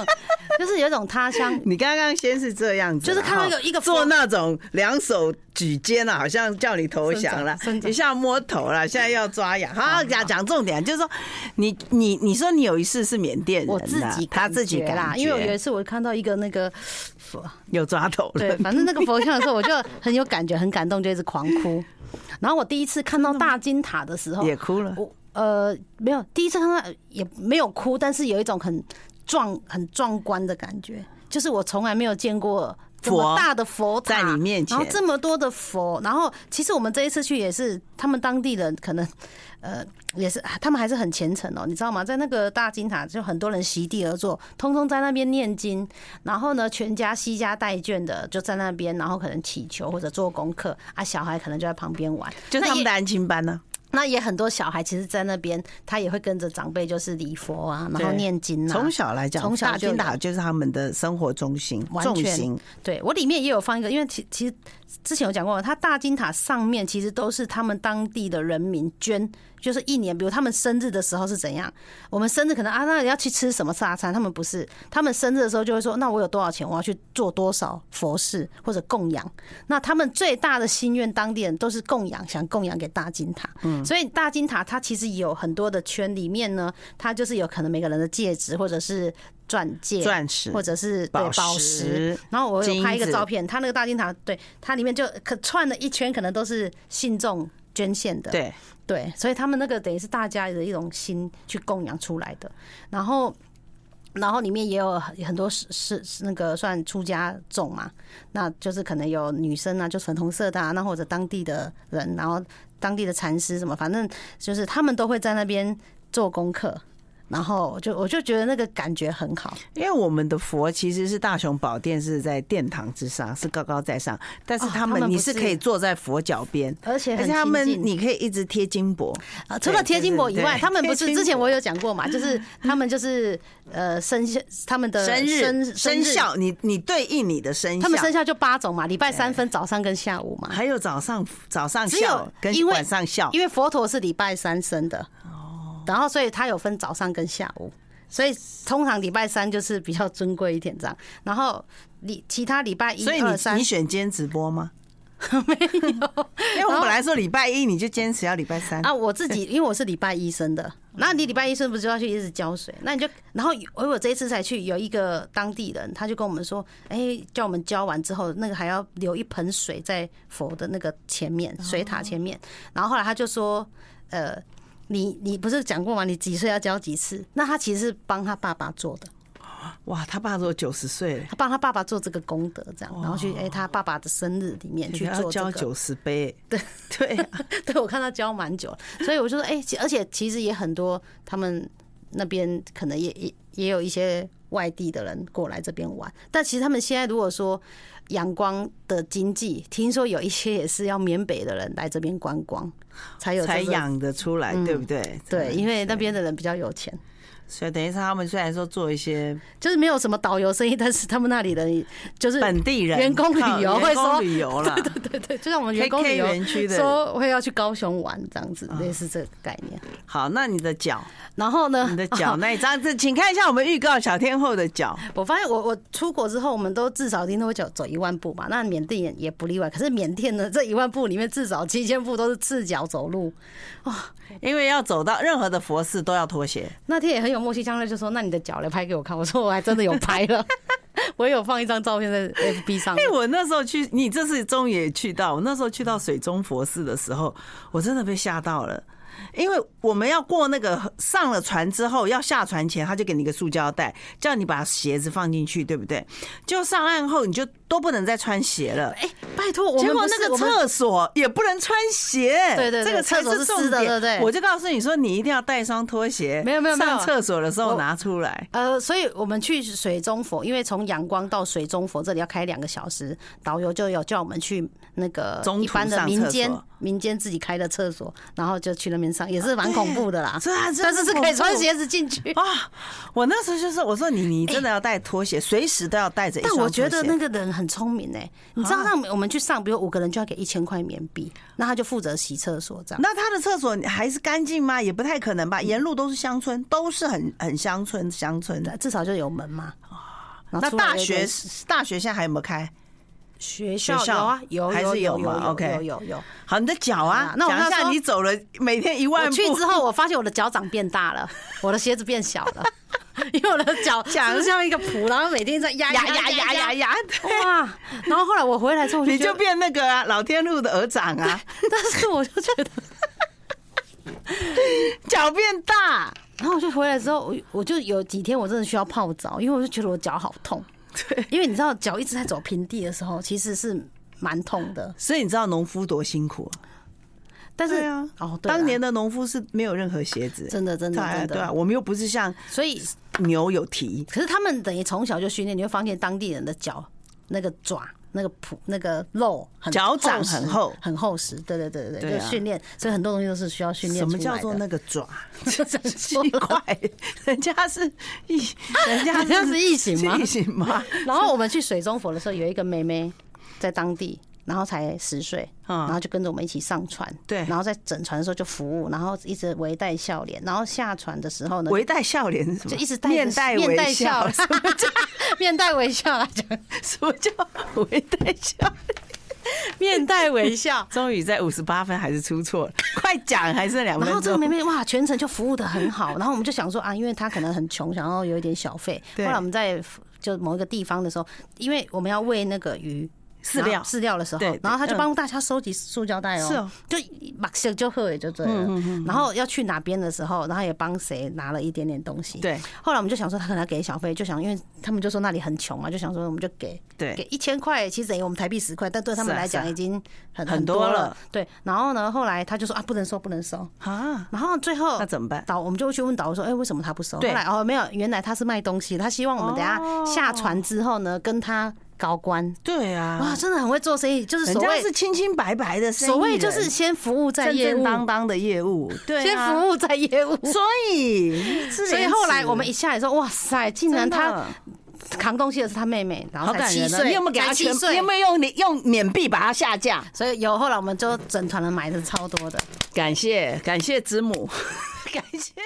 S3: 就是有一种他乡
S1: 你刚刚先是这样子啦，啊
S3: 就是看到一个
S1: 哈
S3: 一个
S1: 做
S3: 佛
S1: 那种两手举肩啊，好像叫你投降了
S3: 伸，展
S1: 一下摸头了，现在要抓痒。好，讲讲重点，就是说你你你说你有一次是缅甸人啦，
S3: 我自己
S1: 他
S3: 感
S1: 自己
S3: 觉啦，
S1: 感
S3: 因为我
S1: 觉
S3: 有一次我看到一个那个佛，
S1: 有抓头了，
S3: 对，反正那个佛像的时候，我就很有感觉，很感动，就一直狂哭。然后我第一次看到大金塔的时候，
S1: <laughs> 也哭了。
S3: 我呃没有，第一次看到也没有哭，但是有一种很壮、很壮观的感觉，就是我从来没有见过。这么
S1: 佛
S3: 大的佛塔
S1: 在你面前
S3: 然后这么多的佛，然后其实我们这一次去也是他们当地人，可能呃也是他们还是很虔诚哦，你知道吗？在那个大金塔就很多人席地而坐，通通在那边念经，然后呢全家惜家带眷的就在那边，然后可能祈求或者做功课啊，小孩可能就在旁边玩，
S1: 就是他
S3: 那也
S1: 们的安亲班呢、
S3: 那也很多小孩，其实，在那边他也会跟着长辈，就是礼佛啊，然后
S1: 对
S3: 念经啊。
S1: 从小来讲，
S3: 从小
S1: 大
S3: 就有
S1: 金塔就是他们的生活中心
S3: 完
S1: 重
S3: 全
S1: 心。
S3: 对我里面也有放一个，因为其其实之前有讲过，他大金塔上面其实都是他们当地的人民捐，就是一年，比如他们生日的时候是怎样，我们生日可能啊，那你要去吃什么大餐，他们不是，他们生日的时候就会说，那我有多少钱，我要去做多少佛事或者供养。那他们最大的心愿，当地人都是供养，想供养给大金塔。嗯，所以大金塔它其实有很多的圈，里面呢，它就是有可能每个人的戒指或者是钻戒、
S1: 钻石
S3: 或者是对
S1: 宝
S3: 宝石
S1: 石。
S3: 然后我有拍一
S1: 金
S3: 个
S1: 子
S3: 照片，它那个大金塔，对，它里面就可串了一圈，可能都是信众捐献的。
S1: 对，
S3: 对，所以他们那个等于是大家的一种心去供养出来的，然后。然后里面也有很很多是是是那个算出家众嘛，那就是可能有女生啊，就粉红色的啊，那或者当地的人，然后当地的禅师什么，反正就是他们都会在那边做功课，然后就我就觉得那个感觉很好，
S1: 因为我们的佛其实是大雄宝殿是在殿堂之上，是高高在上，但是
S3: 哦
S1: 他
S3: 他
S1: 们
S3: 们
S1: 你
S3: 不
S1: 是
S3: 是
S1: 可以坐在佛脚边，
S3: 而且
S1: 而
S3: 很
S1: 且他们
S3: 亲近
S1: 你可以一直贴金箔，
S3: 啊，除了
S1: 对
S3: 贴金箔以
S1: 对
S3: 外，
S1: 对
S3: 他们不
S1: 贴
S3: 是
S1: 金
S3: 之前
S1: 箔
S3: 我有讲过嘛，就是他们就是呃生肖他们的
S1: 生
S3: 呃生
S1: 日生
S3: 日
S1: 肖，你你对应你的生肖，
S3: 他们生肖就八种嘛，礼拜三分早上跟下午嘛。
S1: 还有早上早上
S3: 只有
S1: 笑跟
S3: 因为
S1: 晚上笑
S3: 因，为佛陀是礼拜三生的，然后所以他有分早上跟下午，所以通常礼拜三就是比较尊贵一点这样。然后礼其他礼拜一
S1: 所以
S3: 二
S1: 你
S3: 三
S1: 你选今天直播吗？
S3: <laughs> 没有，
S1: <laughs> 因为我们本来说礼拜一你就坚持要礼拜三
S3: 啊，我自
S1: <laughs>
S3: 己因为我是礼拜一生的，那你礼拜一生不是就要去一直浇水？那你就，然后我我这一次才去，有一个当地人他就跟我们说，哎、叫我们浇完之后，那个还要留一盆水在佛的那个前面
S1: 哦
S3: 水塔前面，然后后来他就说，呃，你你不是讲过吗？你几岁要浇几次？那他其实是帮他爸爸做的。
S1: 哇，他爸都九十岁了，
S3: 他帮他爸爸做这个功德，这样，然后去哎、他爸爸的生日里面去
S1: 哦要
S3: 做这
S1: 交
S3: 个。哎
S1: 九十杯，对对啊，
S3: <laughs> 对我看他教蛮久了，所以我就说，哎、其而且其实也很多，他们那边可能也也也有一些外地的人过来这边玩，但其实他们现在如果说阳光的经济，听说有一些也是要缅北的人来这边观光，才有这
S1: 才
S3: 个。嗯
S1: 养得出来，对不对？
S3: 对，因为那边的人比较有钱，
S1: 所以等于是他们虽然说做一些
S3: 就是没有什么导游生意，但是他们那里人就是
S1: 本地人
S3: 员工
S1: 靠
S3: 旅游会
S1: 员工
S3: 说
S1: 旅游啦
S3: 对对对对，就像我们员工
S1: KK
S3: 旅游
S1: 园区的啊
S3: 说会要去高雄玩这样子，类似这个概念。
S1: 好，那你的脚，
S3: 然后呢，
S1: 你的脚那一张，这请看一下我们预告小天后的脚，
S3: 我发现我我出国之后，我们都至少一定都会走走一万步嘛，那缅甸也也不例外。可是缅甸呢，这一万步里面至少七千步都是赤脚走路。
S1: 因为要走到任何的佛寺都要脱鞋，
S3: 那天也很有默契，江乐就说：“那你的脚来拍给我看。”我说：“我还真的有拍了， <laughs> 我有放一张照片在 FB 上
S1: 因
S3: 面
S1: 为。哎我那时候去，你这次终于也去到，我那时候去到水中佛寺的时候，我真的被吓到了。因为我们要过那个上了船之后，要下船前，他就给你一个塑胶袋，叫你把鞋子放进去，对不对？就上岸后，你就都不能再穿鞋了。
S3: 哎、拜托，我
S1: 结
S3: 们
S1: 果
S3: 不是
S1: 那个
S3: 我们
S1: 厕所也不能穿鞋，
S3: 对对对
S1: 这个才
S3: 厕所是
S1: 重
S3: 湿的
S1: 点
S3: 对不对
S1: 我就告诉你说，你一定要带双拖鞋，
S3: 没有没有没有
S1: 上厕所的时候
S3: 我
S1: 拿出来。
S3: 呃，所以我们去水中佛，因为从仰光到水中佛这里要开两个小时，导游就有叫我们去那个
S1: 中途
S3: 一般的
S1: 上
S3: 民
S1: 厕
S3: 间
S1: 所
S3: 民间自己开的厕所，然后就去那面上，也是蛮恐怖的啦。
S1: 对啊真的
S3: 但是是可以穿
S1: 恐怖
S3: 鞋子进去。
S1: 啊！我那时候就说，我说你你真的要带拖鞋，随时都要带着一
S3: 哎但
S1: 双
S3: 我
S1: 拖
S3: 觉
S1: 鞋。
S3: 得那个人很聪明哎、你知道让我们去上，比如五个人就要给一千块棉币，那他就负责洗厕所这样。
S1: 那他的厕所还是干净
S3: 嗯
S1: 吗？也不太可能吧，沿路都是乡村，都是很很乡村乡村的。
S3: 至少就有门嘛。然后
S1: 那
S3: 出来
S1: 大
S3: 就
S1: 学大学现在还有没有开？
S3: 学校
S1: 学校
S3: 有啊，有
S1: 还是有
S3: 有
S1: 吗
S3: 有
S1: OK
S3: 有有有。
S1: 好，你的脚啊
S3: 啊，那我
S1: 讲一
S3: 那时
S1: 下
S3: 候
S1: 你走了每天一万
S3: 我
S1: 步
S3: 去之后，我发现我的脚掌变大了，我的鞋子变小了， <laughs> 因为我的 <laughs> 脚
S1: 讲
S3: 就像一个蹼，然后每天在
S1: <laughs>
S3: 压
S1: 呀呀呀呀呀，
S3: 哇！然后后来我回来之 <laughs> 后，我
S1: 你
S3: 觉
S1: 就
S3: 得
S1: 变那个啊，老天路的鹅掌
S3: <laughs>
S1: 啊，
S3: 但是我就觉得，
S1: 脚变 <laughs> 大。
S3: 然后我就回来之后，我我就有几天我真的需要泡澡，因为我就觉得我脚好痛。对，因为你知道脚一直在走平地的时候，其实是蛮痛的。
S1: 所以你知道农夫多辛苦啊？
S3: 但是
S1: 对啊，
S3: 哦，对啦
S1: 当年的农夫是没有任何鞋子，
S3: 真的真的
S1: 对啊
S3: 真的
S1: 对啊，我们又不是像
S3: 所以
S1: 牛有蹄，
S3: 可是他们等于从小就训练，你会发现当地人的脚那个爪、那个蹼、那个肉很
S1: 脚掌
S3: 厚实
S1: 很厚
S3: 很厚实。对对对对
S1: 对
S3: 对，
S1: 啊
S3: 就训练，所以很多东西都是需要训练
S1: 什么
S3: 出来
S1: 叫做
S3: 的 <laughs>
S1: 那个爪？ <laughs> 奇
S3: 说了
S1: 怪，人家是异，人家
S3: <laughs> 人家是异形吗
S1: 是异形
S3: <laughs>
S1: 吗？
S3: 然后我们去水中佛的时候，有一个妹妹在当地，然后才十岁，
S1: 嗯
S3: 然后就跟着我们一起上船，
S1: 对
S3: 然后在整船的时候就服务，然后一直微带笑脸，然后下船的时候呢，
S1: 微带笑脸是什么？
S3: 就一直带
S1: 嗯
S3: 着
S1: 面带
S3: 面带
S1: 微笑，
S3: 笑 <laughs> 啦，
S1: <laughs> 什么叫
S3: 面带微笑来讲，
S1: 什么叫微带笑？
S3: 面带微笑。
S1: 终于在五十八分还是出错 <laughs> 了，快讲，还剩两
S3: <laughs> 然后
S1: 分
S3: 这个妹
S1: 钟。
S3: 妹哇，全程就服务的很好，然后我们就想说啊，因为她可能很穷，想要有一点小费。后
S1: 对
S3: 来我们在就某一个地方的时候，因为我们要喂那个鱼
S1: 饲
S3: 然
S1: 料
S3: 后饲料的时候
S1: 对对，
S3: 然后她就
S1: 嗯
S3: 帮大家收集塑胶袋哦，
S1: 是哦，嗯
S3: 就马上就喝也就对了。然后要去哪边的时候，然后也帮谁拿了一点点东西。
S1: 对。
S3: 后来我们就想说，她可能要给小费，就想因为他们就说那里很穷嘛，就想说我们就给
S1: 对
S3: 给一千块，其实等于我们台币十块，但对他
S1: 是
S3: 们
S1: 啊
S3: 来
S1: 是啊
S3: 讲已经很
S1: 很
S3: 很
S1: 多
S3: 多
S1: 了
S3: 了。对。然后呢，后来他就说啊，不能收，不能收。
S1: 啊，
S3: 然后最后
S1: 那怎么办？
S3: 导我们就去问导游说，哎、为什么他不收？后
S1: 对
S3: 来哦，没有，原来他是卖东西的，他希望我们等一
S1: 哦
S3: 下下船之后呢，跟他高官。
S1: 对
S3: 哇，
S1: 啊，
S3: 真的很会做生意，就是
S1: 人
S3: 所
S1: 家
S3: 谓
S1: 是清清白白的生意人，
S3: 所谓就是先服务在
S1: 正
S3: 业
S1: 正
S3: 务，
S1: 当当的业务，对
S3: 先
S1: 啊，
S3: 服务在业务。
S1: 所以，
S3: 所
S1: 所
S3: 以后来我们一下来说，哇塞，竟然他扛东西的是他妹妹，然
S1: 好
S3: 后才
S1: 感
S3: 七
S1: 人啊！
S3: 岁，
S1: 你有没有给他
S3: 才七
S1: 全？
S3: 岁
S1: 你有没有用你用缅币把它下架？
S3: 所以有后来我们就整团人买的超多的。 <laughs>
S1: 感谢感谢之母，感谢。